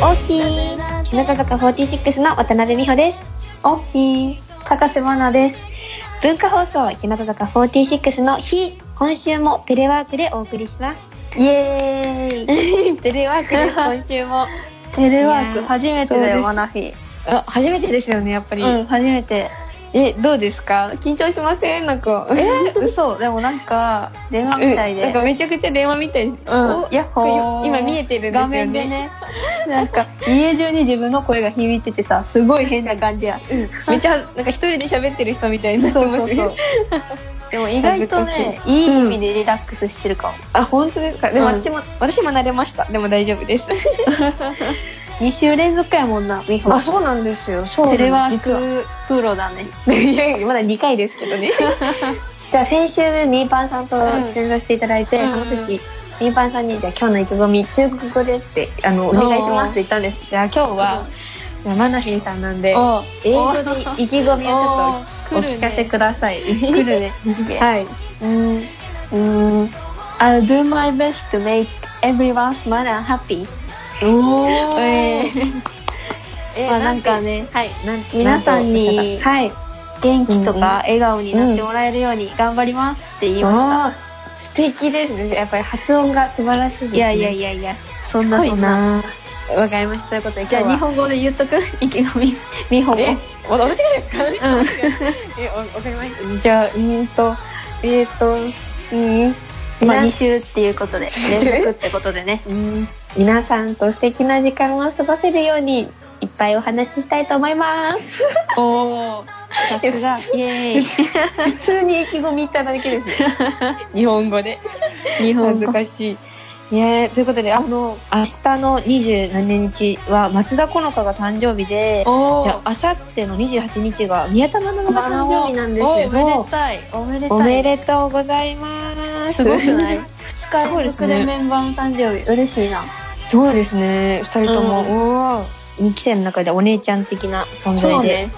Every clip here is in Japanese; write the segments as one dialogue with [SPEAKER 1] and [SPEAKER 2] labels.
[SPEAKER 1] オッピー日向坂46の渡辺美穂です
[SPEAKER 2] オッピー高瀬真奈です
[SPEAKER 1] 文化放送日向坂46の日今週もテレワークでお送りします
[SPEAKER 2] イエーイ
[SPEAKER 1] テレワークです今週も
[SPEAKER 2] テレワー
[SPEAKER 1] いやー
[SPEAKER 2] ク初めてだ
[SPEAKER 1] そうで
[SPEAKER 2] よ
[SPEAKER 1] す
[SPEAKER 2] マナフィ
[SPEAKER 1] あ初めてですよねやっぱり、
[SPEAKER 2] うん初めて
[SPEAKER 1] えどうですか緊張しませんなんかえ
[SPEAKER 2] 嘘でもなんか電話みたい
[SPEAKER 1] なん
[SPEAKER 2] で
[SPEAKER 1] かめちゃくちゃ電話みたいうん
[SPEAKER 2] おやっほー
[SPEAKER 1] 今見えてるんですよね
[SPEAKER 2] 画面でねなんか家中に自分の声が響いててさすごい変な感じや
[SPEAKER 1] うんめっちゃなんか一人で喋ってる人みたいになって
[SPEAKER 2] そう
[SPEAKER 1] ま
[SPEAKER 2] そ
[SPEAKER 1] す
[SPEAKER 2] う
[SPEAKER 1] ね
[SPEAKER 2] そう でも意外とねいい意味でリラックスしてるかも、
[SPEAKER 1] あ本当ですかでも
[SPEAKER 2] うん
[SPEAKER 1] 私も、私も慣れましたでも大丈夫です
[SPEAKER 2] 2週連続やもんな美穂
[SPEAKER 1] そうなんですよそ
[SPEAKER 2] なんです
[SPEAKER 1] テレワーク
[SPEAKER 2] 実
[SPEAKER 1] は
[SPEAKER 2] プロだね
[SPEAKER 1] いやいやまだ2回ですけど ねじゃあ先週ニーパンさんと出演させていただいて、
[SPEAKER 2] うん
[SPEAKER 1] その時ニーパンさんに「じゃあ今日の意気込み中国語で」ってあの「お願いします」って言ったんですじゃあ今日はじゃあマナフィンさんなんで
[SPEAKER 2] お
[SPEAKER 1] 英語で意気込みをちょっとお
[SPEAKER 2] お
[SPEAKER 1] 聞かせください、
[SPEAKER 2] 来る ね
[SPEAKER 1] はい
[SPEAKER 2] Mm, mm, I'll do my best to make everyone smile and happy.
[SPEAKER 1] おお
[SPEAKER 2] え
[SPEAKER 1] え
[SPEAKER 2] ー
[SPEAKER 1] ー
[SPEAKER 2] まあなんかね、
[SPEAKER 1] はいなん
[SPEAKER 2] 皆さんに
[SPEAKER 1] はい
[SPEAKER 2] 元気とか笑顔になってもらえるように頑張りますって言いま
[SPEAKER 1] おー素敵ですねやっぱり発音が素晴らしいです、
[SPEAKER 2] し
[SPEAKER 1] ね、
[SPEAKER 2] た。いやいやいやいや、そんな
[SPEAKER 1] すご
[SPEAKER 2] そ
[SPEAKER 1] い
[SPEAKER 2] んな。
[SPEAKER 1] なわかりましたということで今日
[SPEAKER 2] じゃ
[SPEAKER 1] は
[SPEAKER 2] あ日本語で言っとく意気込み。 日本語。
[SPEAKER 1] え、わ私がですか？え、わわかりました。じゃあ、うーんと、えっ、ー、と、うーん、
[SPEAKER 2] まあ
[SPEAKER 1] 皆
[SPEAKER 2] 2週っていうこと で、連続ってことでね。
[SPEAKER 1] うーん皆さんと素敵な時間を過ごせるようにいっぱいお話ししたいと思い ます。
[SPEAKER 2] おお。さすが。イエーイ。
[SPEAKER 1] 普通に意気込みいただけですね。日本語で。
[SPEAKER 2] 日
[SPEAKER 1] 恥ず。かしい。ねえということで、あの、明日の27日は松田好花が誕生日で、
[SPEAKER 2] お
[SPEAKER 1] いや
[SPEAKER 2] お。
[SPEAKER 1] 明後日の28日が宮田真奈が誕生日なんです
[SPEAKER 2] お
[SPEAKER 1] よ。
[SPEAKER 2] おめでたい。おめでたい。
[SPEAKER 1] おめでとうございます。
[SPEAKER 2] すごくない ?2 日
[SPEAKER 1] そう
[SPEAKER 2] 連
[SPEAKER 1] ですね
[SPEAKER 2] 続でメンバーの誕生日、嬉しいな。
[SPEAKER 1] そうですね。二人とも、
[SPEAKER 2] うん
[SPEAKER 1] おお、二期生の中でお姉ちゃん的な存在で、。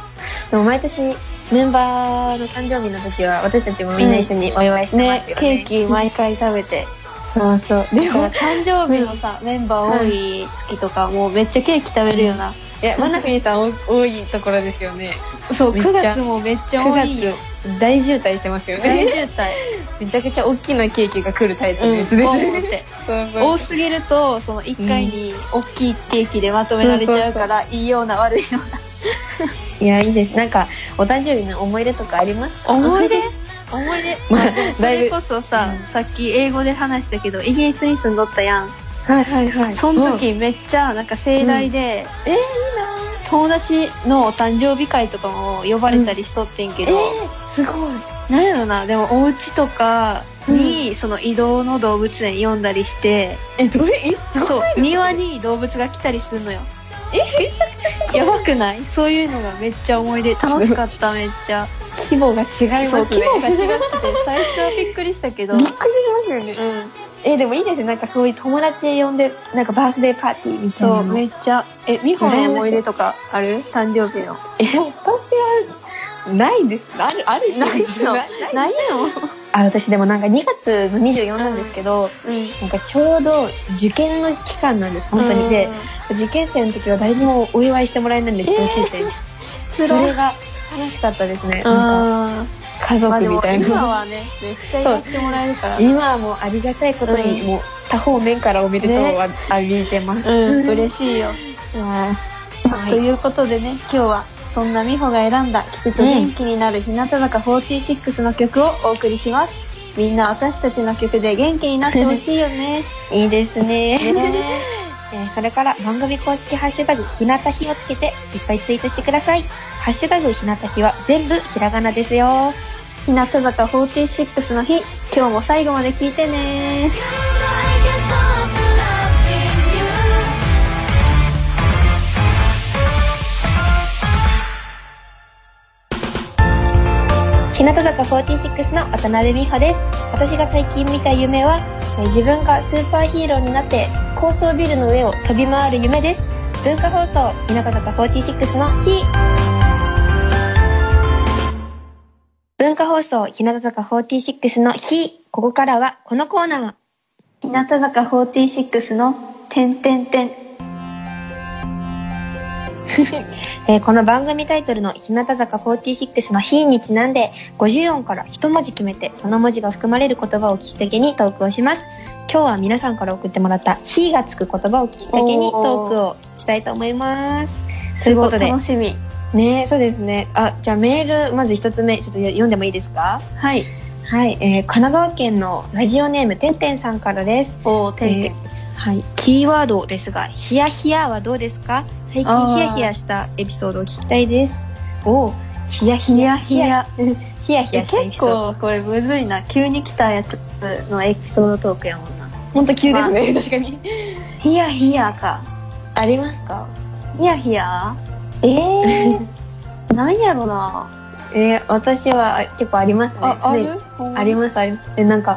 [SPEAKER 1] でも毎年メンバーの誕生日の時は私たちもみんな一緒にお祝いしてま
[SPEAKER 2] ね
[SPEAKER 1] すよね。
[SPEAKER 2] ケーキ毎回食べ て
[SPEAKER 1] そうそう。で
[SPEAKER 2] だか
[SPEAKER 1] も
[SPEAKER 2] ら誕生日のさ、メンバー多い月とかもうめっちゃケーキ食べるよな、
[SPEAKER 1] いやマナフィンさんお多いところですよね。
[SPEAKER 2] そう
[SPEAKER 1] めっちゃ
[SPEAKER 2] 9月もめっちゃ
[SPEAKER 1] 九
[SPEAKER 2] 多いよ
[SPEAKER 1] 月大渋滞してますよ
[SPEAKER 2] 大
[SPEAKER 1] ね。
[SPEAKER 2] 渋滞
[SPEAKER 1] めちゃくちゃ大きなケーキが来るタイプのやつ
[SPEAKER 2] うん
[SPEAKER 1] です
[SPEAKER 2] 多
[SPEAKER 1] ね。
[SPEAKER 2] くて
[SPEAKER 1] そうそう
[SPEAKER 2] 多すぎるとその1回に大きいケーキでまとめられちゃうから、いいような悪いようない
[SPEAKER 1] やいいです。なんかお誕生日の思い出とかありますか？
[SPEAKER 2] 思い出、
[SPEAKER 1] まあ
[SPEAKER 2] まあそうそ
[SPEAKER 1] だいぶ
[SPEAKER 2] れこそさ、
[SPEAKER 1] う
[SPEAKER 2] さっき英語で話したけどイギリスに住んどったやん
[SPEAKER 1] はいはいはい。
[SPEAKER 2] その時めっちゃなんか盛大で、
[SPEAKER 1] うんえーいい
[SPEAKER 2] 友達のお誕生日会とかも呼ばれたりしとってんけど、
[SPEAKER 1] ーすごい。
[SPEAKER 2] なんやろなでもお家とかにその移動の動物園呼んだりして、
[SPEAKER 1] えどれえすごい。
[SPEAKER 2] そう庭に動物が来たりするのよ
[SPEAKER 1] えめちゃくちゃすごい
[SPEAKER 2] やばくないそういうのがめっちゃ思い出楽しかっためっちゃ
[SPEAKER 1] 規模が違い
[SPEAKER 2] そ
[SPEAKER 1] ま
[SPEAKER 2] う
[SPEAKER 1] すね
[SPEAKER 2] 規模が違ってて最初はびっくりしたけど
[SPEAKER 1] びっくりしますよね、えでもいいですねなんかそういう友達呼んでなんかバースデーパーティーみたい
[SPEAKER 2] そ
[SPEAKER 1] な
[SPEAKER 2] う
[SPEAKER 1] の
[SPEAKER 2] めっちゃえ美穂の思い出とかある誕生日の
[SPEAKER 1] え私はないですあるある
[SPEAKER 2] ないのないの
[SPEAKER 1] あ私でもなんか2月の24なんですけど、
[SPEAKER 2] うん
[SPEAKER 1] なんかちょうど受験の期間なんです本当にで受験生の時は誰にもお祝いしてもらえないんです同級生に、
[SPEAKER 2] つ
[SPEAKER 1] そ
[SPEAKER 2] ら
[SPEAKER 1] れが悲しかったですねなんか
[SPEAKER 2] あ
[SPEAKER 1] 家
[SPEAKER 2] ま
[SPEAKER 1] 族
[SPEAKER 2] あで
[SPEAKER 1] み
[SPEAKER 2] も
[SPEAKER 1] たいな、
[SPEAKER 2] 今はねめっちゃやってもらえるから
[SPEAKER 1] 今はもうありがたいことに、
[SPEAKER 2] うん
[SPEAKER 1] もう多方面からおめでとうを浴びてます、
[SPEAKER 2] うん
[SPEAKER 1] 嬉
[SPEAKER 2] 嬉しいよ、
[SPEAKER 1] しいわ
[SPEAKER 2] ということでね今日はそんな美穂が選んだ聴くと元気になる日向坂46の曲をお送りしますみんな私たちの曲で元気になってほしいよ ね
[SPEAKER 1] いいですね
[SPEAKER 2] ね
[SPEAKER 1] えーそれから番組公式ハッシュタグひなたひをつけていっぱいツイートしてくださいハッシュタグひなたひは全部ひらがなですよ
[SPEAKER 2] 日向坂46の日今日も最後まで聴いてね
[SPEAKER 1] 日日向坂46の渡辺美穂です私が最近見た夢はえー自分がスーパーヒーローになって高層ビルの上を飛び回る夢です文化放送日向坂46の日文化放送日向坂46の日ここからはこのコーナー
[SPEAKER 2] 日向坂46の点点点
[SPEAKER 1] えーこの番組タイトルの日向坂46の日にちなんで50音から一文字決めてその文字が含まれる言葉をきっかけにトークをします今日は皆さんから送ってもらった「日」がつく言葉をきっかけにトークをしたいと思いますということで
[SPEAKER 2] 楽しみ
[SPEAKER 1] ねそうですねあじゃあメールまず一つ目ちょっと読んでもいいですか
[SPEAKER 2] はい
[SPEAKER 1] はい、えー神奈川県のラジオネームてんてんさんからです
[SPEAKER 2] おお点
[SPEAKER 1] えーはい、キーワードですが、ヒヤヒヤはどうですか最
[SPEAKER 2] あ
[SPEAKER 1] 近
[SPEAKER 2] ー
[SPEAKER 1] ヒヤヒヤしたエピソードを聞きたいです。おお、ヒヤヒヤヒ
[SPEAKER 2] ヒ
[SPEAKER 1] ヤ
[SPEAKER 2] ヤ
[SPEAKER 1] ヒヤヒヤしたエピ
[SPEAKER 2] 結
[SPEAKER 1] ソード。
[SPEAKER 2] 構これむずいな急に来たやつのエピソードトークやもんな
[SPEAKER 1] 本当急
[SPEAKER 2] です
[SPEAKER 1] ね、確かに。
[SPEAKER 2] ヒヤヒヤか
[SPEAKER 1] ありますか
[SPEAKER 2] ヒヤヒヤええー、なんやろな
[SPEAKER 1] えー、私は結構ありますね。常にあり
[SPEAKER 2] ま
[SPEAKER 1] ます、あります。え、なんか、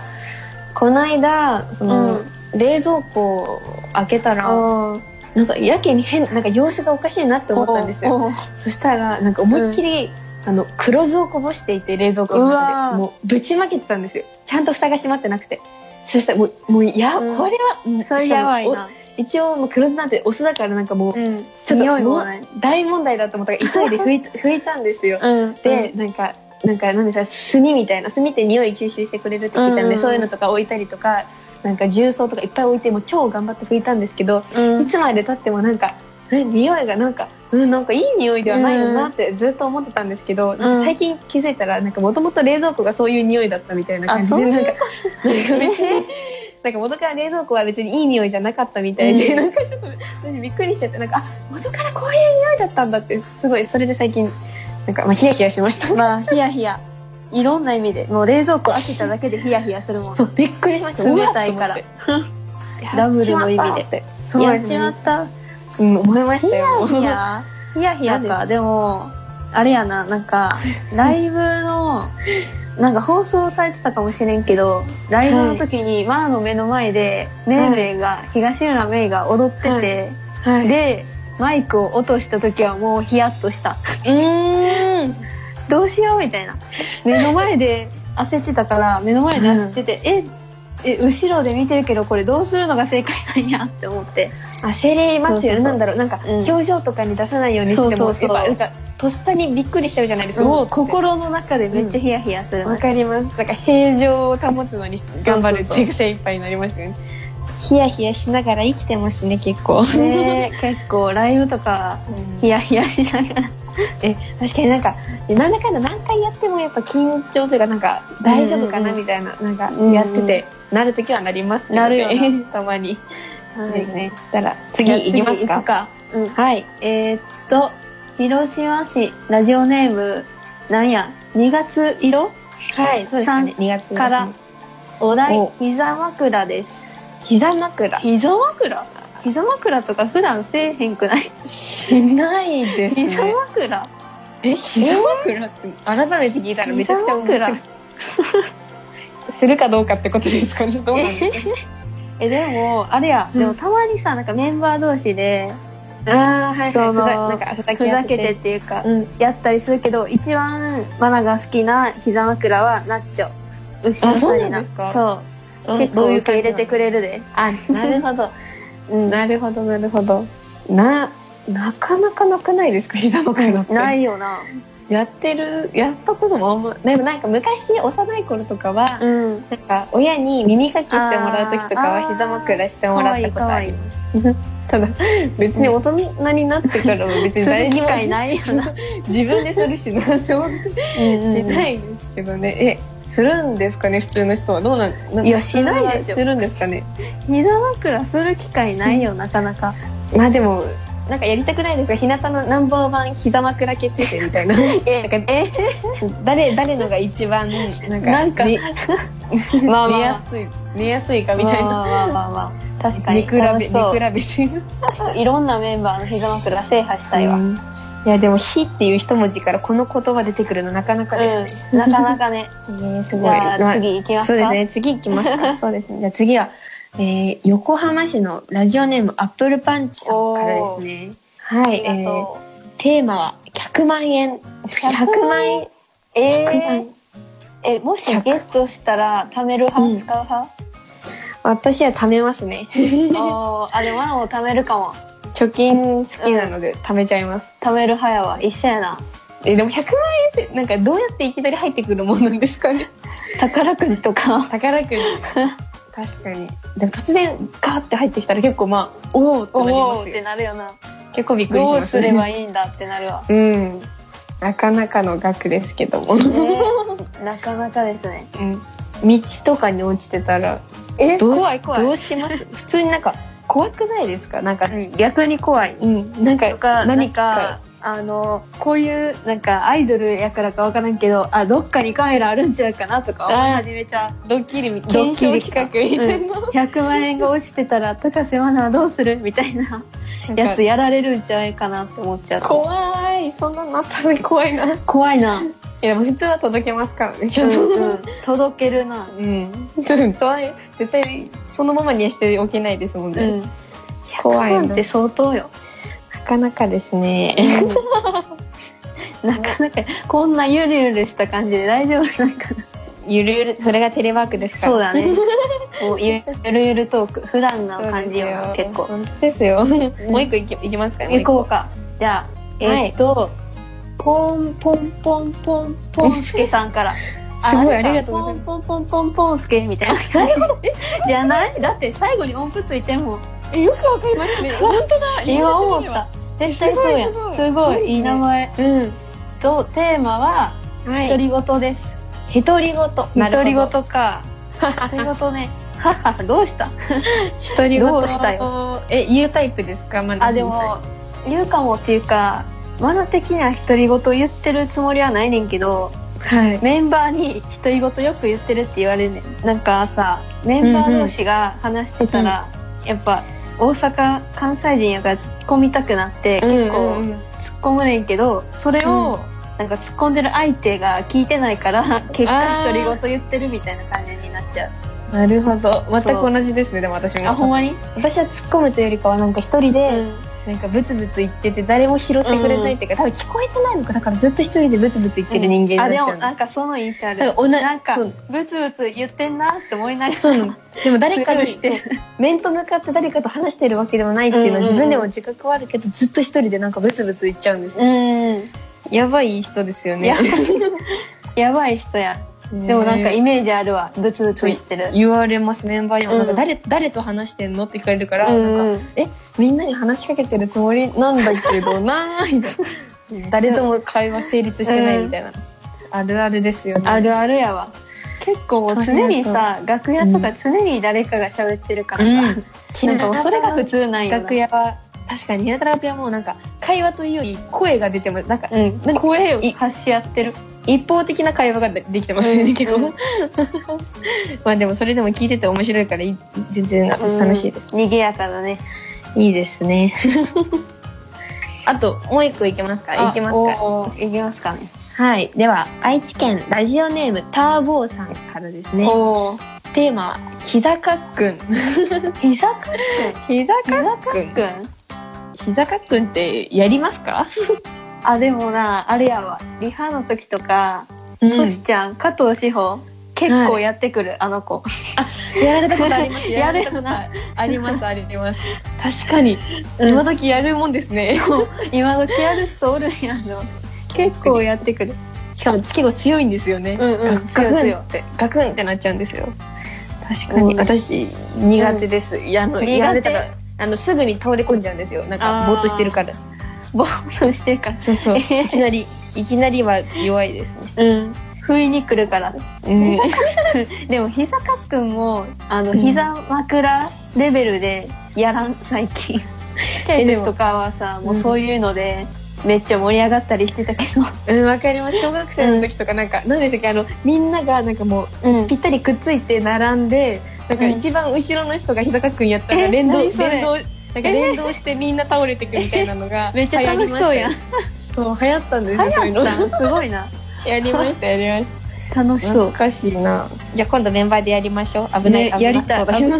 [SPEAKER 1] この間、その、
[SPEAKER 2] うん
[SPEAKER 1] 冷蔵庫を開けたら、
[SPEAKER 2] あ
[SPEAKER 1] なんかやけに変、なんか様子がおかしいなって思ったんですよ。
[SPEAKER 2] よ
[SPEAKER 1] そしたらなんか思いっきり、あの黒酢をこぼしていて冷蔵庫の
[SPEAKER 2] うわ
[SPEAKER 1] 中
[SPEAKER 2] ー
[SPEAKER 1] でもうぶちまけてたんですよちゃんと蓋が閉まってなくてそしたらもうもういや、
[SPEAKER 2] うん
[SPEAKER 1] これは、うん
[SPEAKER 2] それやばいな
[SPEAKER 1] お一応もう黒酢なんてお酢だからなんかもう
[SPEAKER 2] うん
[SPEAKER 1] ちょっと
[SPEAKER 2] 匂いもない
[SPEAKER 1] 大問題だと思ったから急いで 拭い拭いたんですよ、
[SPEAKER 2] うん
[SPEAKER 1] でなんかなんかなんですか炭みたいな炭って匂い吸収してくれるって聞いたんで、
[SPEAKER 2] うんうん
[SPEAKER 1] そういうのとか置いたりとかなんか重曹とかいっぱい置いてもう超頑張って拭いたんですけど
[SPEAKER 2] うん
[SPEAKER 1] いつまでたってもなんか、え匂いがなんか、うん、なんかいい匂いではないよなってずっと思ってたんですけど、なんか最近気づいたら、なんかもともと冷蔵庫がそういう匂いだったみたいな感じ
[SPEAKER 2] あそう
[SPEAKER 1] で、
[SPEAKER 2] いう
[SPEAKER 1] な んか、なんか別に、なんか元から冷蔵庫は別にいい匂いじゃなかったみたいで、
[SPEAKER 2] うん
[SPEAKER 1] なんかちょっと私びっくりしちゃって、なんか、あ、元からこういう匂いだったんだって、すごい、それで最近、なんか、まあ、ヒヤヒヤしました。
[SPEAKER 2] まあヒヤヒヤいろんな意味でもう冷蔵庫開けただけでヒヤヒヤするもん
[SPEAKER 1] そう、びっくりしました。
[SPEAKER 2] 冷たいから
[SPEAKER 1] うわーって思って。
[SPEAKER 2] ダブルの意味で
[SPEAKER 1] で。そう
[SPEAKER 2] や
[SPEAKER 1] で
[SPEAKER 2] っ
[SPEAKER 1] す
[SPEAKER 2] ち
[SPEAKER 1] ね。
[SPEAKER 2] まった
[SPEAKER 1] うん、思いましたよ。
[SPEAKER 2] ヒヤヒヤヒヤかでもあれやななんかライブのなんか放送されてたかもしれんけどライブの時にマーの目の前でめいめいが、東浦めいが踊ってて、
[SPEAKER 1] は はい。
[SPEAKER 2] でマイクを落とした時はもうヒヤッとした
[SPEAKER 1] うーん。
[SPEAKER 2] どうしようみたいな目の前で焦ってたから目の前で焦ってて、ええ後ろで見てるけどこれどうするのが正解なんやって思って
[SPEAKER 1] 焦りますよ
[SPEAKER 2] そうそうそう
[SPEAKER 1] ねなんだろうなんか、
[SPEAKER 2] うん
[SPEAKER 1] 表情とかに出さないようにしても
[SPEAKER 2] そうそうそう
[SPEAKER 1] やっぱなんかとっさにびっくりしちゃうじゃないですか
[SPEAKER 2] もう
[SPEAKER 1] 心
[SPEAKER 2] 心の中でめっちゃヒヤヒヤするの、
[SPEAKER 1] わかりますなんか平常を保つのに頑張るっていう精一杯になりますよねヒヤヒヤしながら生きてますね結構、
[SPEAKER 2] ね結構ライブとか
[SPEAKER 1] い
[SPEAKER 2] ヒ
[SPEAKER 1] や
[SPEAKER 2] ヤヒヤしながら
[SPEAKER 1] 確かになんかなんだかんだ何回やってもやっぱ緊張というかなんか大丈夫かな
[SPEAKER 2] うんうんうん
[SPEAKER 1] みたいな,、なんかやってて、なるときはなりますけど
[SPEAKER 2] なるよな
[SPEAKER 1] たまに、
[SPEAKER 2] はい
[SPEAKER 1] ですねだから次行きます
[SPEAKER 2] 行
[SPEAKER 1] か
[SPEAKER 2] くか、うん、
[SPEAKER 1] はい
[SPEAKER 2] えーっと広島市ラジオネームなんや2月色
[SPEAKER 1] はいそうですね2月ですね
[SPEAKER 2] からお題
[SPEAKER 1] お
[SPEAKER 2] 膝枕です
[SPEAKER 1] 膝枕
[SPEAKER 2] 膝枕膝枕とか普段せえへん くない
[SPEAKER 1] しないで
[SPEAKER 2] 膝枕
[SPEAKER 1] え、膝枕って改めて聞いたらめちゃくちゃ面
[SPEAKER 2] 膝
[SPEAKER 1] 白い
[SPEAKER 2] 枕。
[SPEAKER 1] するかどうかってことですかね。どうなんで
[SPEAKER 2] え でもあれや、
[SPEAKER 1] うん
[SPEAKER 2] でもたまにさなんかメンバー同士です
[SPEAKER 1] か。ああ、はい
[SPEAKER 2] その
[SPEAKER 1] なんかふざ
[SPEAKER 2] ふ
[SPEAKER 1] け合
[SPEAKER 2] ざ
[SPEAKER 1] っ
[SPEAKER 2] け
[SPEAKER 1] て。
[SPEAKER 2] てってていうか、
[SPEAKER 1] うん。
[SPEAKER 2] やったりするけど一番マナが好きな膝枕はナッチョ牛の
[SPEAKER 1] そう
[SPEAKER 2] り
[SPEAKER 1] なんですか
[SPEAKER 2] そう結構受け入れてくれるで
[SPEAKER 1] あ、なるほど。うん、なるほど、なるほど。な、なかなかなくないですか、膝枕って。。
[SPEAKER 2] ないいよな
[SPEAKER 1] やってる、やったこともあんま、でもなんか昔幼い頃とかは、
[SPEAKER 2] うん
[SPEAKER 1] なんか親に耳かきしてもらう時とか
[SPEAKER 2] あ
[SPEAKER 1] は
[SPEAKER 2] ー
[SPEAKER 1] 膝枕してもらったことあり
[SPEAKER 2] かわいいかわいい
[SPEAKER 1] ただ別に大人になってからは別に
[SPEAKER 2] する
[SPEAKER 1] 誰
[SPEAKER 2] 機
[SPEAKER 1] にも
[SPEAKER 2] 会ないよな
[SPEAKER 1] 自分でするしなって思ってしないいですけどねえするんですかね普通の人はどうなんなんか
[SPEAKER 2] いやしないでしょ
[SPEAKER 1] するんですかね
[SPEAKER 2] 膝枕する機会ないよなかなか
[SPEAKER 1] まあでもなんかやりたくないですが日向のナンバーワン膝枕決定戦みた いな
[SPEAKER 2] ええ
[SPEAKER 1] 誰誰のが一番なんか
[SPEAKER 2] なんか
[SPEAKER 1] 見
[SPEAKER 2] まあ
[SPEAKER 1] 見
[SPEAKER 2] ま
[SPEAKER 1] や
[SPEAKER 2] あ
[SPEAKER 1] すい見やすいかみたいな
[SPEAKER 2] まあまあまあまあ確か
[SPEAKER 1] 見
[SPEAKER 2] に
[SPEAKER 1] 比べ見
[SPEAKER 2] 楽しそう
[SPEAKER 1] 比べて
[SPEAKER 2] いろんなメンバーの膝枕制覇したいわ、
[SPEAKER 1] うんいやでも「ひ」っていう一文字からこの言葉出てくるのなかなかですね。
[SPEAKER 2] なかなかね。
[SPEAKER 1] ねえす
[SPEAKER 2] じ
[SPEAKER 1] ごい。
[SPEAKER 2] ゃ
[SPEAKER 1] ま
[SPEAKER 2] あ
[SPEAKER 1] あ
[SPEAKER 2] 次行きま
[SPEAKER 1] そ
[SPEAKER 2] すか。
[SPEAKER 1] うですね。次行きますか。 そうですね。じゃあ次は、えー、横浜市のラジオネームアップルパンチさんからですね。
[SPEAKER 2] あ
[SPEAKER 1] はい。
[SPEAKER 2] りが
[SPEAKER 1] えー、
[SPEAKER 2] と
[SPEAKER 1] テーマは100万円。100万円。
[SPEAKER 2] う。
[SPEAKER 1] 100
[SPEAKER 2] え
[SPEAKER 1] 万
[SPEAKER 2] ー
[SPEAKER 1] 円
[SPEAKER 2] え、もしゲットしたら貯め
[SPEAKER 1] う
[SPEAKER 2] る派
[SPEAKER 1] ん
[SPEAKER 2] 使う派
[SPEAKER 1] 私は貯めますね。
[SPEAKER 2] おーあ、でもワンを貯めるかも。
[SPEAKER 1] 貯金好きなので貯めちゃいます。
[SPEAKER 2] 貯める派やわ。一緒やな。
[SPEAKER 1] えでも100万円ってなんかどうやっていきなり入ってくるもんなんです かね。
[SPEAKER 2] 宝くじとか。
[SPEAKER 1] 宝くじ。 確かに。でも突然ガーって入ってきたら結構まあおおってなり
[SPEAKER 2] おお
[SPEAKER 1] ま
[SPEAKER 2] っ
[SPEAKER 1] す
[SPEAKER 2] て
[SPEAKER 1] よ。
[SPEAKER 2] なるよな。
[SPEAKER 1] 結構びっくりし
[SPEAKER 2] ど
[SPEAKER 1] ま
[SPEAKER 2] う
[SPEAKER 1] す
[SPEAKER 2] す
[SPEAKER 1] ね。
[SPEAKER 2] ればいいんだってなるわ。
[SPEAKER 1] うん。なかなかの額ですけども。
[SPEAKER 2] ねなかなかですね。
[SPEAKER 1] 道とかに落ちてたら
[SPEAKER 2] え
[SPEAKER 1] どうし
[SPEAKER 2] 怖い怖い。
[SPEAKER 1] どうします普通になんか怖くないですかなんか、
[SPEAKER 2] うん逆に怖い。
[SPEAKER 1] うん、なんか
[SPEAKER 2] とか何
[SPEAKER 1] 何
[SPEAKER 2] か
[SPEAKER 1] か
[SPEAKER 2] あのこういうなんかアイドルやからか分からんけどあどっかにカメラあるんちゃうかなとか思い始めちゃう
[SPEAKER 1] ドッキリみ
[SPEAKER 2] ドッキ
[SPEAKER 1] 検
[SPEAKER 2] リ
[SPEAKER 1] 証企画みたい な,、
[SPEAKER 2] 100万円が落ちてたら高瀬愛奈はどうするみたいなや
[SPEAKER 1] や
[SPEAKER 2] つ
[SPEAKER 1] つ
[SPEAKER 2] やられるんちゃうかなって思っちゃう
[SPEAKER 1] 怖いそんなのあったら怖いない
[SPEAKER 2] 怖 いな、
[SPEAKER 1] やでも普通は届けますからねちゃ
[SPEAKER 2] う
[SPEAKER 1] んと
[SPEAKER 2] んうん、届けるな、
[SPEAKER 1] うん、うん、そう絶対そのままにはしておけないですもん
[SPEAKER 2] う
[SPEAKER 1] ね、
[SPEAKER 2] ん、
[SPEAKER 1] 怖い
[SPEAKER 2] 100万
[SPEAKER 1] な
[SPEAKER 2] って相当 よ
[SPEAKER 1] なかなかですね
[SPEAKER 2] なかなかこんなゆるゆるした感じで大丈夫なんかな
[SPEAKER 1] ゆるゆるそれがテレワークですから
[SPEAKER 2] そ うだねもうゆゆるゆるトーク普段の
[SPEAKER 1] そうです
[SPEAKER 2] 感じよな結構
[SPEAKER 1] 本当ですよ、もう一個いきいきますかね
[SPEAKER 2] 行こうか。じゃあ、
[SPEAKER 1] はい
[SPEAKER 2] えーっと、ポンポンポンポン ポンすけさんから。
[SPEAKER 1] すごい
[SPEAKER 2] なんか
[SPEAKER 1] ありがとうございます
[SPEAKER 2] ポンポンポンポンポンすけみたいな。じゃないだって最後に音符ついてんもん。
[SPEAKER 1] えよくわかりましたね。本当だ。
[SPEAKER 2] 今思った。。絶対そうやん。
[SPEAKER 1] す
[SPEAKER 2] す
[SPEAKER 1] ごい
[SPEAKER 2] ごい、
[SPEAKER 1] す
[SPEAKER 2] す
[SPEAKER 1] ごい
[SPEAKER 2] ごいいい名前。
[SPEAKER 1] うん。
[SPEAKER 2] と、テーマは、
[SPEAKER 1] は
[SPEAKER 2] 独
[SPEAKER 1] い。
[SPEAKER 2] り言です。
[SPEAKER 1] 独り言。独
[SPEAKER 2] 独り言か。独り言ね。母、どうした
[SPEAKER 1] 独り言。
[SPEAKER 2] どうした
[SPEAKER 1] よ。え、言うタイプですかまだ。
[SPEAKER 2] あ、で。も、言うかもっていうか、マナ的には独り言言ってるつもりはないねんけど、
[SPEAKER 1] はい。
[SPEAKER 2] メンバーに独り言よく言ってるって言われるねんなんかさメンバー同士が話してたら、やっぱ大阪関西人やから突っ込みたくなって結構
[SPEAKER 1] うんうんうん
[SPEAKER 2] 突っ込むねんけど、それをなんか突っ込んでる相手が聞いてないから結
[SPEAKER 1] あ
[SPEAKER 2] 果
[SPEAKER 1] ー
[SPEAKER 2] 独り言言ってるみたいな感じになっちゃう
[SPEAKER 1] なるほど。全く同じですね。でも私も。
[SPEAKER 2] あほんまに、
[SPEAKER 1] 私は突っ込むというよりかはなんか一人でなんかブツブツ言ってて誰も拾ってくれないっていうか多分聞こえてないのかだからずっと一人でブツブツ言ってる人間
[SPEAKER 2] あ
[SPEAKER 1] に
[SPEAKER 2] で
[SPEAKER 1] なっ
[SPEAKER 2] も
[SPEAKER 1] ちゃうんです。
[SPEAKER 2] なんかその印象ある
[SPEAKER 1] なんか同じ
[SPEAKER 2] なんか
[SPEAKER 1] そう
[SPEAKER 2] ブツブツ言ってんなって思いながら
[SPEAKER 1] そうなの。でも誰かに
[SPEAKER 2] スルーして
[SPEAKER 1] そう面と向かって誰かと話してるわけでもないっていうのは
[SPEAKER 2] うんうんうん
[SPEAKER 1] 自分でも自覚はあるけど、ずっと一人でなんかブツブツ言っちゃうんです。
[SPEAKER 2] うん
[SPEAKER 1] やばい人ですよね
[SPEAKER 2] や。 やばい人やで
[SPEAKER 1] で
[SPEAKER 2] もなんかイメージあるわブツブツ言ってる
[SPEAKER 1] 言われますメンバーにも、
[SPEAKER 2] うん
[SPEAKER 1] なんか誰誰と話してんのって聞かれるから、
[SPEAKER 2] うん
[SPEAKER 1] なんかみんなに話しかけてるつもりなんだけどなーみたいな誰とも会話成立してないみたいな、あるあるですよね
[SPEAKER 2] あるあるやわ結構もう常にさ楽屋とか常に誰かが喋ってるか
[SPEAKER 1] う
[SPEAKER 2] らさ、
[SPEAKER 1] ん
[SPEAKER 2] なんかもうそれが普通なんよな
[SPEAKER 1] 楽屋は確かに日向楽屋もなんか会話というより声が出てますなんか
[SPEAKER 2] うん、声を発し合ってる
[SPEAKER 1] 一方的な会話ができてますよね、
[SPEAKER 2] うん
[SPEAKER 1] 結構 まあでもそれでも聞いてて面白いからいい全然楽しいです、
[SPEAKER 2] うん賑やかだね
[SPEAKER 1] いいですね あともう一個いけますかいきます
[SPEAKER 2] お
[SPEAKER 1] か
[SPEAKER 2] ーおーいきますかね
[SPEAKER 1] はいでは愛知県ラジオネームターボーさんからですね
[SPEAKER 2] おお
[SPEAKER 1] テーマは膝かっ くん
[SPEAKER 2] 膝かっ
[SPEAKER 1] 膝
[SPEAKER 2] くん膝
[SPEAKER 1] っくん
[SPEAKER 2] かっくん
[SPEAKER 1] 膝かっくんってやりますか
[SPEAKER 2] あでもなあれやわリハの時とか、としちゃん加藤志保結構やってくる、あの子
[SPEAKER 1] やられたことあり ます
[SPEAKER 2] やるよな
[SPEAKER 1] やられたことありますあります確かに、今時やるもんですね
[SPEAKER 2] 今時やる人おるんやの結構やってくる
[SPEAKER 1] しかも結構強いんですよね、
[SPEAKER 2] うんうん
[SPEAKER 1] ガク
[SPEAKER 2] 強い
[SPEAKER 1] ン
[SPEAKER 2] 強い
[SPEAKER 1] ってガクンってなっちゃうんですよ確かに、
[SPEAKER 2] うん
[SPEAKER 1] 私苦手です、いやあの
[SPEAKER 2] 苦手
[SPEAKER 1] やられたらあのすぐに倒れ込んじゃうんですよなんか
[SPEAKER 2] あー
[SPEAKER 1] ぼーっとしてるから
[SPEAKER 2] ぼーっとしてるから
[SPEAKER 1] そう そうい
[SPEAKER 2] え
[SPEAKER 1] きなりいきなりは弱いですね、
[SPEAKER 2] うん不意に来るから
[SPEAKER 1] うん、
[SPEAKER 2] でも膝かっくんもあの
[SPEAKER 1] うん
[SPEAKER 2] 膝枕レベルでやらん最近
[SPEAKER 1] え
[SPEAKER 2] ケ
[SPEAKER 1] で
[SPEAKER 2] イ
[SPEAKER 1] も
[SPEAKER 2] トとかはさもううんそういうので、めっちゃ盛り上がったりしてたけ
[SPEAKER 1] うん、わかります小学生の時とかなんか、なんでしたっけあのみんながなんかもう
[SPEAKER 2] ど、うん
[SPEAKER 1] ぴったりくっついて並んでなんか
[SPEAKER 2] うん
[SPEAKER 1] 一番後ろの人が膝かっくんやったら
[SPEAKER 2] え
[SPEAKER 1] 連動、
[SPEAKER 2] 何それ
[SPEAKER 1] 連動
[SPEAKER 3] なんか連動してみんな倒れてくみたいなの が
[SPEAKER 2] めっちゃ
[SPEAKER 3] 流行
[SPEAKER 2] 楽
[SPEAKER 3] り
[SPEAKER 2] し
[SPEAKER 3] また
[SPEAKER 2] そうやん。
[SPEAKER 3] そう流行ったんですよそういう
[SPEAKER 2] 流
[SPEAKER 3] の
[SPEAKER 2] 行ったんすごいな。
[SPEAKER 3] やりましたやりまし
[SPEAKER 2] 楽したそう
[SPEAKER 3] 懐。かしいな
[SPEAKER 1] じゃあ今度メンバーでやりましょう。危ない、
[SPEAKER 2] ね、
[SPEAKER 1] 危な
[SPEAKER 2] やりた
[SPEAKER 1] そ
[SPEAKER 2] いう
[SPEAKER 1] だけど。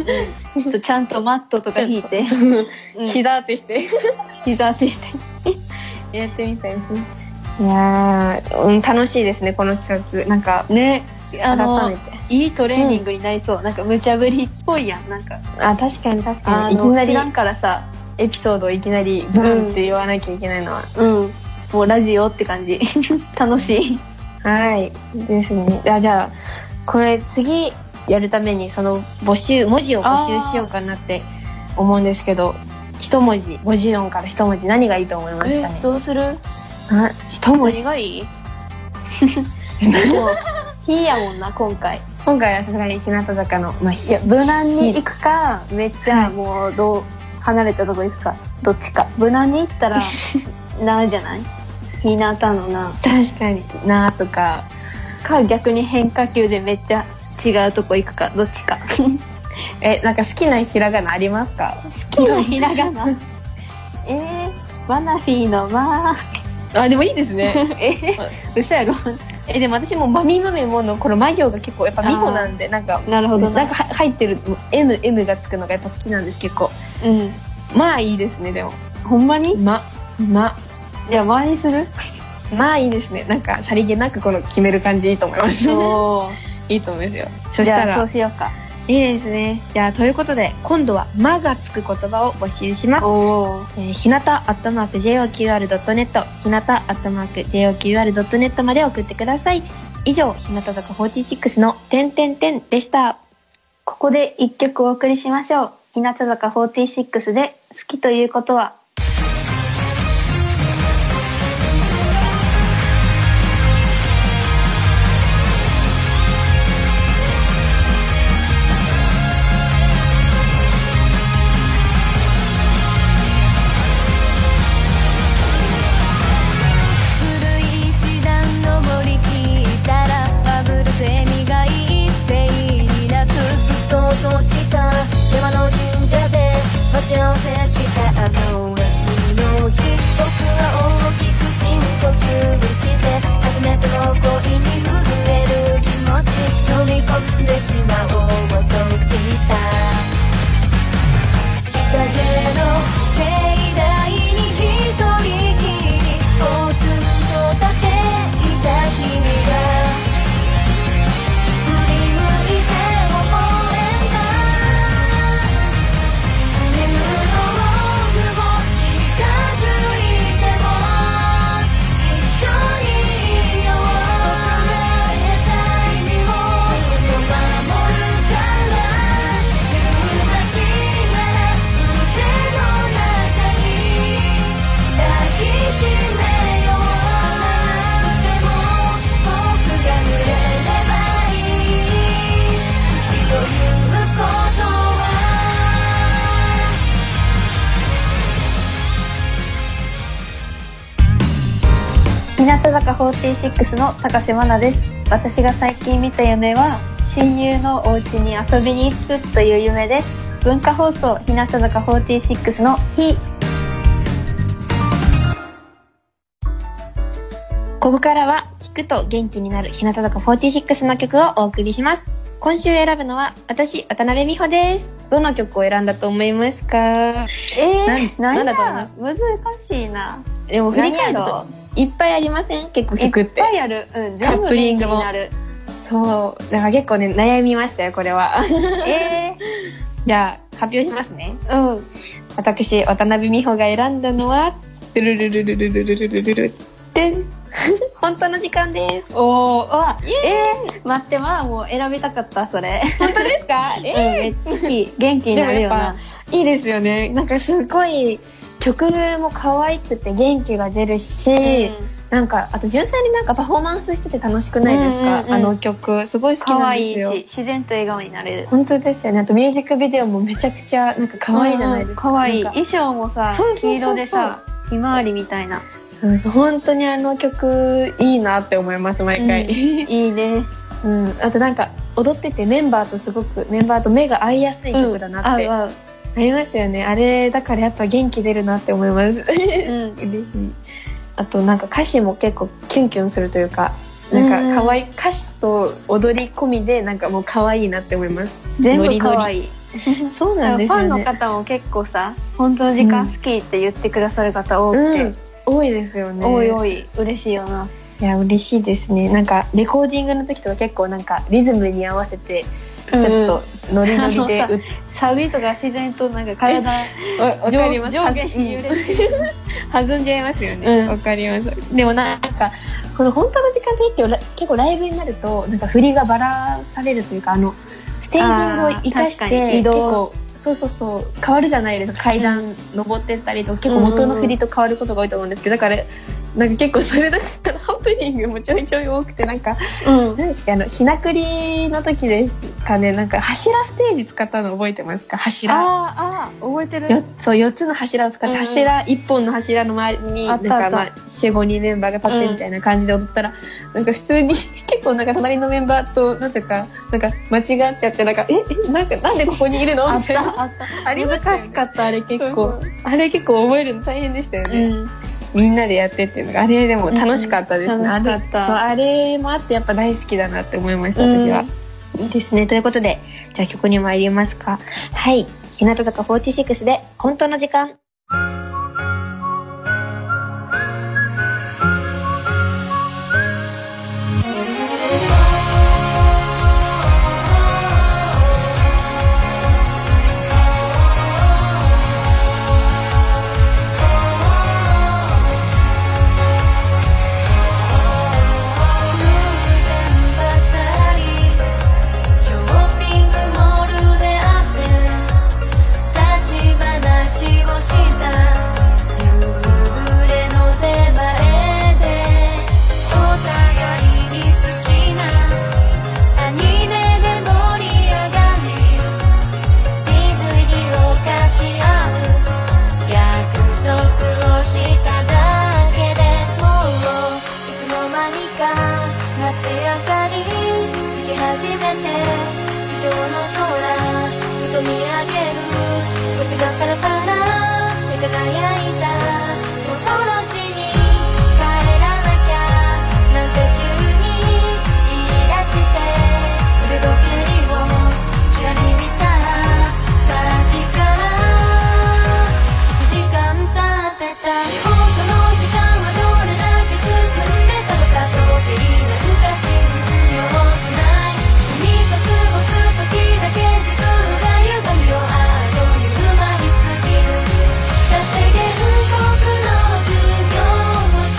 [SPEAKER 2] ちょっとちゃんとマットとか引いて、うん
[SPEAKER 3] 膝当てして
[SPEAKER 2] 膝当てして、 やってみたいですね。
[SPEAKER 1] いやー、うん、楽しいですね、この企画。なんか、
[SPEAKER 2] ね、
[SPEAKER 1] 改
[SPEAKER 2] あの
[SPEAKER 1] め、て。
[SPEAKER 2] いいトレーニングになりそう。なんか無茶ぶりっぽいやん。なんか、
[SPEAKER 1] あ、確かに確か
[SPEAKER 2] あ
[SPEAKER 1] に。いき
[SPEAKER 2] の、
[SPEAKER 1] な
[SPEAKER 2] 知らん
[SPEAKER 1] り
[SPEAKER 2] からさ、
[SPEAKER 1] エピソードをいきなりブーンって言わなきゃいけないのは。
[SPEAKER 2] うん。もうラジオって 感じ。楽しい。
[SPEAKER 1] はい。ですね。あじゃあ、これ次やるために、その募集、文字を募集しようかなって思うんですけど、一文字、50音から一文字、何がいいと思いますかね。
[SPEAKER 2] どうする
[SPEAKER 1] あ一文字
[SPEAKER 2] 何がいいもう、火やもんな、今回。
[SPEAKER 1] 今回はさすがに日向坂の、まあ、
[SPEAKER 2] いや、無難に行くか、めっちゃもう、どう、離れたとこ行くか、どっちか。無難に行った ら、なじゃないひなたのな。
[SPEAKER 1] 確かになとか
[SPEAKER 2] か、逆に変化球でめっちゃ違うとこ行くか、どっち か。
[SPEAKER 1] えなんか好きなひらがなありますか
[SPEAKER 2] 好きなひらがな。えー、ワナフィーのまあ。
[SPEAKER 1] あでもいいですね
[SPEAKER 2] えー、嘘やろ。
[SPEAKER 1] えでも私もまみまみものこの魔行が結構やっぱ美穂なんでなんか
[SPEAKER 2] なるほど
[SPEAKER 1] なん
[SPEAKER 2] な。
[SPEAKER 1] かは入ってる MM がつくのがやっぱ好きなんです結構
[SPEAKER 2] うん。
[SPEAKER 1] まあいいですねでも
[SPEAKER 2] ほんまに
[SPEAKER 1] まま
[SPEAKER 2] じゃあ、前にする
[SPEAKER 1] まあいいですねなんかさりげなくこの決める感じいいと思います
[SPEAKER 2] お
[SPEAKER 1] いいと思いますよそし
[SPEAKER 2] じ
[SPEAKER 1] た
[SPEAKER 2] ゃあ、そ
[SPEAKER 1] ら
[SPEAKER 2] うしようか。
[SPEAKER 1] いいですねじゃあということで今度は「ま」がつく言葉を募集します
[SPEAKER 2] おー。
[SPEAKER 1] えー、ひなたアットマーク JOQR.net ひなたアットマーク JOQR.net まで送ってください以上日向坂46の「てんてんてん」でした
[SPEAKER 2] ここで一曲お送りしましょう。日向坂46で好きということは。
[SPEAKER 4] 古い石段登り切ったらバブルゼミが一斉になくずっととした山の神社で待ち合わせしたあの夏の日僕は大きく深呼吸して初めての恋に震える気持ち飲み込んでしまおうとした日陰の境内に一人きりポツンと立ていた君が振り向いて微笑んだ眠る道具も近づいても一緒にいよう僕が絶対にもずっと守るから夕立なら腕の中に抱きしめようでも僕が濡れればいい好きということは
[SPEAKER 2] 日向坂46の高瀬真奈です。私が最近見た夢は、親友のお家に遊びに行くという夢です。文化放送日向坂46の日。
[SPEAKER 1] ここからは聞くと元気になる日向坂46の曲をお送りします今週選ぶのは私渡辺美穂ですどの曲を選んだと思いますか
[SPEAKER 2] えー、
[SPEAKER 1] なん
[SPEAKER 2] ん
[SPEAKER 1] な
[SPEAKER 2] や
[SPEAKER 1] んだと
[SPEAKER 2] 難しいな。
[SPEAKER 1] でも振り返る
[SPEAKER 2] 何や
[SPEAKER 1] と
[SPEAKER 2] ろ
[SPEAKER 1] いっぱいありません結構曲っ
[SPEAKER 2] いっぱ
[SPEAKER 1] て
[SPEAKER 2] いある。うん、
[SPEAKER 1] カ
[SPEAKER 2] 全
[SPEAKER 1] ッ
[SPEAKER 2] 部
[SPEAKER 1] プリ
[SPEAKER 2] 元
[SPEAKER 1] ン
[SPEAKER 2] 気
[SPEAKER 1] グ
[SPEAKER 2] に
[SPEAKER 1] も
[SPEAKER 2] なる。
[SPEAKER 1] そうだから結構ね悩みましたよこれは
[SPEAKER 2] え
[SPEAKER 1] じゃあ発表しますね
[SPEAKER 2] ー、うん。
[SPEAKER 1] 私渡辺美穂が選んだの は「ルルルルルルルルルルルルてん本当の時間です
[SPEAKER 2] おー、うわ、えー、待って、まあもう選びたかった、それ。
[SPEAKER 1] 本当です か
[SPEAKER 2] うん、めっちゃ好き。元気になるよな。
[SPEAKER 1] いいですよねなんかすごい曲も可愛くて元気が出るし、
[SPEAKER 2] うん
[SPEAKER 1] なんかあと純粋になんかパフォーマンスしてて楽しくないですか、
[SPEAKER 2] うんうんうん
[SPEAKER 1] あの曲すごい好き
[SPEAKER 2] 可
[SPEAKER 1] なんで
[SPEAKER 2] 愛
[SPEAKER 1] す
[SPEAKER 2] いし
[SPEAKER 1] よ
[SPEAKER 2] 自然と笑顔になれる
[SPEAKER 1] 本当ですよねあとミュージックビデオもめちゃくちゃなんか可愛いじゃないですか
[SPEAKER 2] 可愛い
[SPEAKER 1] なんか
[SPEAKER 2] 衣装もさ
[SPEAKER 1] そうそうそうそう
[SPEAKER 2] 黄色でさひまわりみたいな
[SPEAKER 1] うんそう本当にあの曲いいなって 思います毎回、
[SPEAKER 2] いいね
[SPEAKER 1] うんあとなんか踊っててメンバーとすごくメンバーと目が合いやすい曲だなって
[SPEAKER 2] うん合う合う
[SPEAKER 1] ありますよねあれだからやっぱ元気出るなって思います
[SPEAKER 2] う
[SPEAKER 1] 嬉
[SPEAKER 2] ん
[SPEAKER 1] しいあとなんか歌詞も結構キュンキュンするというかなんか可愛い歌詞と踊り込みでなんかもう可愛いなって思います
[SPEAKER 2] 全
[SPEAKER 1] ノリ
[SPEAKER 2] 部
[SPEAKER 1] ノリ
[SPEAKER 2] 可愛い
[SPEAKER 1] そうなん
[SPEAKER 2] だから
[SPEAKER 1] です
[SPEAKER 2] フ
[SPEAKER 1] よ
[SPEAKER 2] ァ
[SPEAKER 1] ね
[SPEAKER 2] ンの方も結構さ本当の時間好きって言ってくださる方多くて、
[SPEAKER 1] うん、多いですよね
[SPEAKER 2] おいおい嬉しいよない
[SPEAKER 1] や嬉しいですねなんかレコーディングの時とか結構なんかリズムに合わせてちょ
[SPEAKER 2] ちょ
[SPEAKER 1] っ
[SPEAKER 2] っ
[SPEAKER 1] と
[SPEAKER 2] と
[SPEAKER 1] ノリノリで
[SPEAKER 2] あ
[SPEAKER 1] 歌
[SPEAKER 2] のサビとか自然となんか体
[SPEAKER 3] わわかります。
[SPEAKER 2] 上上下に揺れて
[SPEAKER 1] 弾んじゃいますよ
[SPEAKER 3] うん
[SPEAKER 1] ね、
[SPEAKER 3] わかります。
[SPEAKER 1] でもなんかこの本当の時間帯ってら結構ライブになるとなんか振りがばらされるというかあのステージングを生かし
[SPEAKER 2] あー確か
[SPEAKER 1] て
[SPEAKER 2] に移
[SPEAKER 1] 結
[SPEAKER 2] 動
[SPEAKER 1] 構そうそうそう変わるじゃないですか階段登ってったりとか結構元の振りと変わることが多いと思うんですけどだからなんか結構それだからハプニングもちょいちょい多くてなんか
[SPEAKER 2] う
[SPEAKER 1] 何
[SPEAKER 2] ん
[SPEAKER 1] ですかあのひなくりの時ですかねなんか柱ステージ使ったの覚えてますか柱
[SPEAKER 2] あーあー覚えてる
[SPEAKER 1] よそう4つの柱を使って
[SPEAKER 2] うん
[SPEAKER 1] 柱、1本の柱の周りに
[SPEAKER 2] あ
[SPEAKER 1] な
[SPEAKER 2] っ
[SPEAKER 1] ん
[SPEAKER 2] たあ
[SPEAKER 1] か
[SPEAKER 2] った
[SPEAKER 1] まあ45人メンバーが立ってみたいな感じで踊ったら、 なんか普通に結構なんか隣のメンバーとなんていうかなんか間違っちゃってなんか「ええなんかなんでここにいるの?」
[SPEAKER 2] あ
[SPEAKER 1] み
[SPEAKER 2] った
[SPEAKER 1] いな
[SPEAKER 2] たあった
[SPEAKER 1] ありましたよね
[SPEAKER 2] 難しかったあれ結構
[SPEAKER 1] そうそうあれ結構覚えるの大変でしたよね、
[SPEAKER 2] ん、
[SPEAKER 1] みんなでやってっていうのがあれでも楽しかったですね、
[SPEAKER 2] うん楽しかった
[SPEAKER 1] あれそうあれもあってやっぱ大好きだなって思いました私は。いいですね。ということで、じゃあ曲に参りますか。はい。日向坂46で、本当の時間。
[SPEAKER 4] 偶然ばかりショッピングモールで会って立ち話をした夕暮れの手前でお互いに好きなアニメで盛り上がり DVD を貸し合う約束をしただけでもういつの間にか街明かりつき始めて地上の空ふと見上げる星がパラパラって輝いたそそのうちに帰らなきゃなんて急に言い出して腕時計をちらり見たさっきから時間経ってた本当の時間はどれだけ進んでたのか時計に難しい利用しない君と過ごす時だけ時空が歪みをあよにうまりすぎるだって原告の授業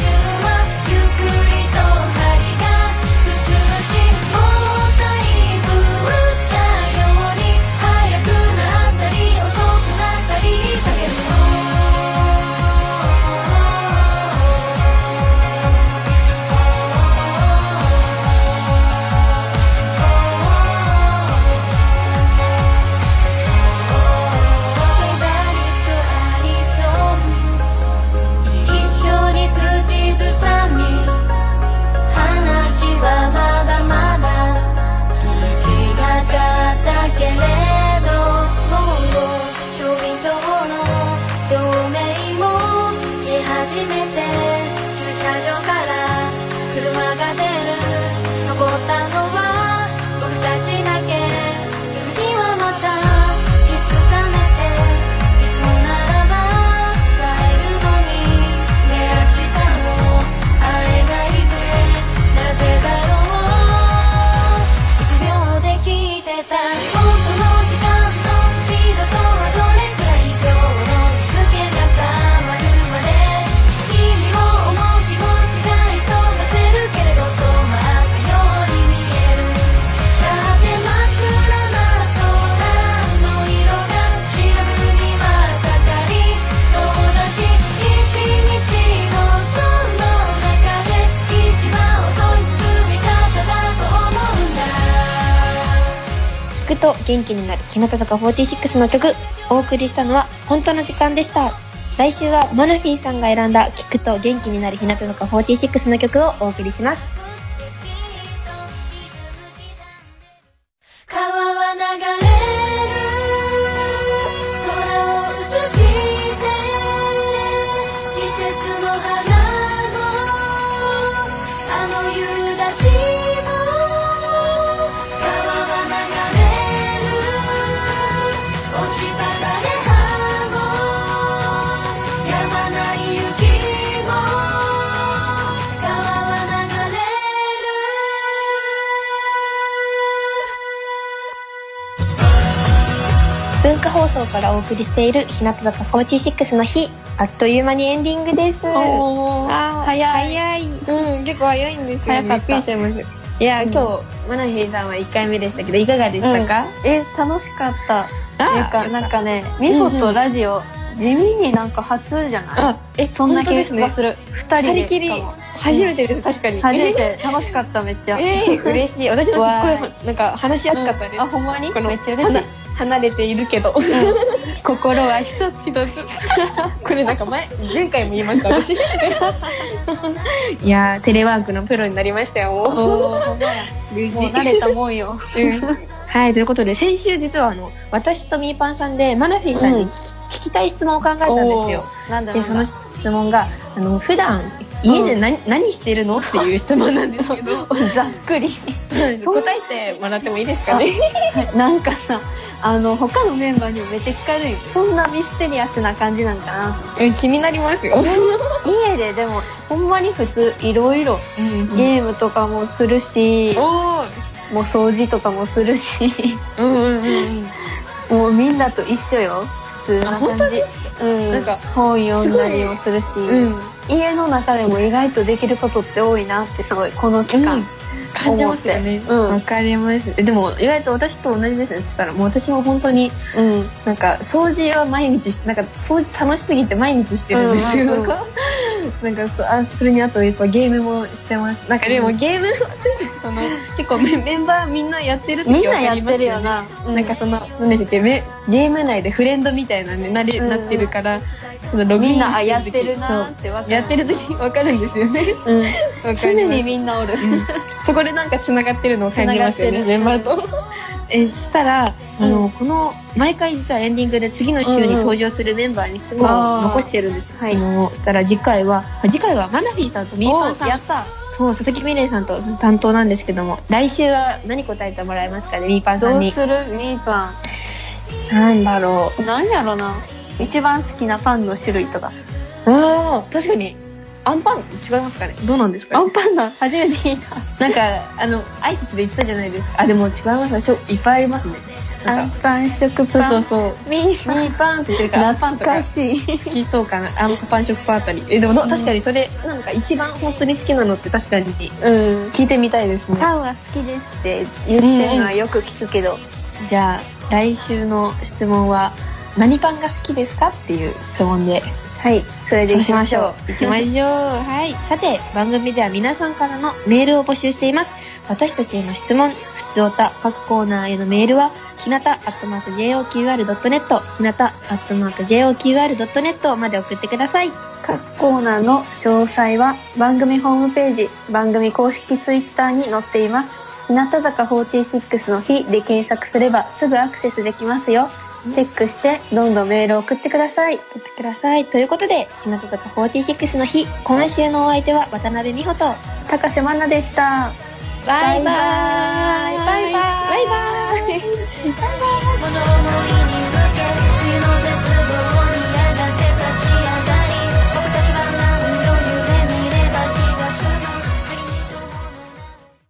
[SPEAKER 4] 中はゆっくりと針が進むしもうだいぶ打ったように早くなったり遅くなったりだけど「バリとアリソン」「一緒に口ずさみ」「話はまだまだ尽きなかったけれど」「もう庶民党の照明も消え始めて」「駐車場から車が出る」「残ったのは僕たちだけ」「続きはまたいつかねて」「いつもならば帰るのにね明日も会えないでなぜだろう」1秒で聞いてた「本当の時間のスピードとはどれくらい今日の日付が変わるまで」「君を思う気持ちが急がせるけれど止まったように見える」「だって真っ暗な空の色が白にはかかり」「そうだし一日のその中で一番遅い進み方だと思うんだ」
[SPEAKER 1] 聞くと元気になる日向坂46の曲お送りしたのは本当の時間でした来週はマナフィーさんが選んだ聞くと元気になる日向坂46の曲をお送りします
[SPEAKER 4] 川は流れる空文化放送からお送りしている日向坂46の日あっという間にエンディングです
[SPEAKER 2] おー
[SPEAKER 4] あー
[SPEAKER 1] 早い
[SPEAKER 4] 早い
[SPEAKER 1] うん、結構早いんですよ、ね。
[SPEAKER 2] 早かった
[SPEAKER 1] びっくりしちゃいます。いや、
[SPEAKER 2] うん
[SPEAKER 1] 今日、マナヒーさんは1回目でしたけど、いかがでしたか、
[SPEAKER 2] え楽しかった
[SPEAKER 1] あ
[SPEAKER 2] なんかなんかね美穂とラジオ、地味になんか初じゃない
[SPEAKER 1] あ、え、
[SPEAKER 2] そんな
[SPEAKER 1] 本当
[SPEAKER 2] 気
[SPEAKER 1] ですね
[SPEAKER 2] が。する二人で
[SPEAKER 1] 二人きり
[SPEAKER 2] しかも
[SPEAKER 1] 初めてです、確かに。
[SPEAKER 2] 初めて楽しかっためっちゃ、
[SPEAKER 1] えー、嬉しい。私もすっご
[SPEAKER 2] わ
[SPEAKER 1] い、なんか話しやすかったです。
[SPEAKER 2] あほんまに
[SPEAKER 1] この
[SPEAKER 2] めっちゃ嬉しい
[SPEAKER 1] はな離れているけど、 心は一つ一つ。これなんか前、前回も言いました、 私。いやー、テレワークのプロになりましたよ、もう。
[SPEAKER 2] お ーほんまや
[SPEAKER 1] 無
[SPEAKER 2] もう慣れたもんよ
[SPEAKER 4] はい、ということで、先週実はあの、私とみーぱんさんで、マナフィーさんに聞き,、聞きたい質問を考えたんですよ。
[SPEAKER 2] なんだなんだ
[SPEAKER 4] で、その質問が、あの、普段、家で何,、何してるのっていう質問なんですけど、
[SPEAKER 2] ざっくり
[SPEAKER 1] 答えてもらってもいいですかね。
[SPEAKER 2] なんかさあの他のメンバーにもめっちゃ聞かれるよそんなミステリアスな感じなんかな
[SPEAKER 1] うん気になりますよ。
[SPEAKER 2] 家ででもほんまに普通いろいろ
[SPEAKER 1] うん
[SPEAKER 2] ゲームとかもするし、
[SPEAKER 1] おー
[SPEAKER 2] もう掃除とかもするし
[SPEAKER 1] うんうんうん
[SPEAKER 2] もうみんなと一緒よ普通な感じうん、
[SPEAKER 1] なんか
[SPEAKER 2] 本読んだりもするし、
[SPEAKER 1] うん。
[SPEAKER 2] 家の中でも意外とできることって多いなってすごいこの期間、
[SPEAKER 1] うん感じますよね。
[SPEAKER 2] うん
[SPEAKER 1] わかります。でも、意外と私と同じですね。そしたら、もう私も本当に、
[SPEAKER 2] うん
[SPEAKER 1] なんか、掃除を毎日し、なんか、掃除楽しすぎて毎日してるんですよ。
[SPEAKER 2] うん うんうん
[SPEAKER 1] なんかそうあ、それにあと、やっぱゲームもしてます。なんか、でもゲーム、 その、結構メメンバーみんなやってる時
[SPEAKER 2] みんなやってるよ。な、うん
[SPEAKER 1] なんかその、なんだっけ、めゲーム内でフレンドみたいなね、なれ、
[SPEAKER 2] うん
[SPEAKER 1] なってるから、そのログイン
[SPEAKER 2] みんな
[SPEAKER 1] し時
[SPEAKER 2] あやってるなーってわ
[SPEAKER 1] そ
[SPEAKER 2] か
[SPEAKER 1] うやってる時わかるんですよね。
[SPEAKER 2] うん
[SPEAKER 1] わかり
[SPEAKER 2] 常
[SPEAKER 1] ます
[SPEAKER 2] にみんなおる
[SPEAKER 1] そこでなんか繋がってるのを感じますよね、メンバ
[SPEAKER 2] 繋がっ て
[SPEAKER 1] ーと。
[SPEAKER 2] る
[SPEAKER 4] えしたら、あ
[SPEAKER 2] う
[SPEAKER 4] の、この、毎回実はエンディングで次の週に登場するメンバーに質問を残してるんですよ。
[SPEAKER 2] うんうん
[SPEAKER 4] あのそしたら次回は、あ次回はマナフィーさんとみー
[SPEAKER 2] お
[SPEAKER 4] ぱん
[SPEAKER 2] ー
[SPEAKER 4] さん
[SPEAKER 2] やった
[SPEAKER 4] そう、佐々木美玲さんとそして担当なんですけども、来週は何答えてもらえますかね、みーぱんさ
[SPEAKER 2] ど
[SPEAKER 4] ん
[SPEAKER 2] う
[SPEAKER 4] に。
[SPEAKER 2] するみーパ
[SPEAKER 4] なんだろ
[SPEAKER 2] ンなんやろな一番好きなパンの種類とか
[SPEAKER 1] う。わあ、確かに。アンパン違いますかねどうなんですか
[SPEAKER 2] ア
[SPEAKER 1] ね
[SPEAKER 2] ンパンマン初めて聞いた
[SPEAKER 1] なんか、あの、挨拶で言ったじゃないですか。あ、でも違いますしょいっぱいありますね。な
[SPEAKER 2] ア
[SPEAKER 1] ん
[SPEAKER 2] ン
[SPEAKER 1] か、
[SPEAKER 2] パン食
[SPEAKER 1] そう
[SPEAKER 2] パン
[SPEAKER 1] そうそう。
[SPEAKER 2] ミー
[SPEAKER 1] ミ
[SPEAKER 2] パン
[SPEAKER 1] ーパンって言ってるから、アンパン
[SPEAKER 2] 懐
[SPEAKER 1] とか
[SPEAKER 2] かしい
[SPEAKER 1] 好きそうかな。アンパン食パンあたり。え、でも、
[SPEAKER 2] うん
[SPEAKER 1] 確かにそれ、なんか一番本当に好きなのって確かに
[SPEAKER 2] うん
[SPEAKER 1] 聞いてみたいですね。
[SPEAKER 2] パンは好きですって言ってるのはよく聞くけど、
[SPEAKER 1] じゃあ、来週の質問は、何パンが好きですかっていう質問で
[SPEAKER 2] はいそれで
[SPEAKER 4] う。そう
[SPEAKER 2] いき
[SPEAKER 4] し
[SPEAKER 2] ま
[SPEAKER 4] ま
[SPEAKER 2] し
[SPEAKER 4] し
[SPEAKER 2] ょ
[SPEAKER 4] ょう。行きましょう。はい。さて、番組では皆さんからのメールを募集しています。私たちへの質問、ふつおた、各コーナーへのメールは、ひなた、アットマーク JOQR.net、ひなた、アットマーク JOQR.net まで送ってください。
[SPEAKER 2] う各コーナーの詳細は番組ホームページ番組公式ツイッターに載っています日向坂46の日で検索すればすぐアクセスできますよチェックしてどんどんメールを送ってください
[SPEAKER 4] 送ってください。ということで、日向坂46の日、今週のお相手は渡辺美穂と、
[SPEAKER 2] 高瀬真奈でした
[SPEAKER 4] バイバーイ
[SPEAKER 1] バ
[SPEAKER 4] バイ
[SPEAKER 1] イバーイ
[SPEAKER 4] バーイ
[SPEAKER 1] バイバーイ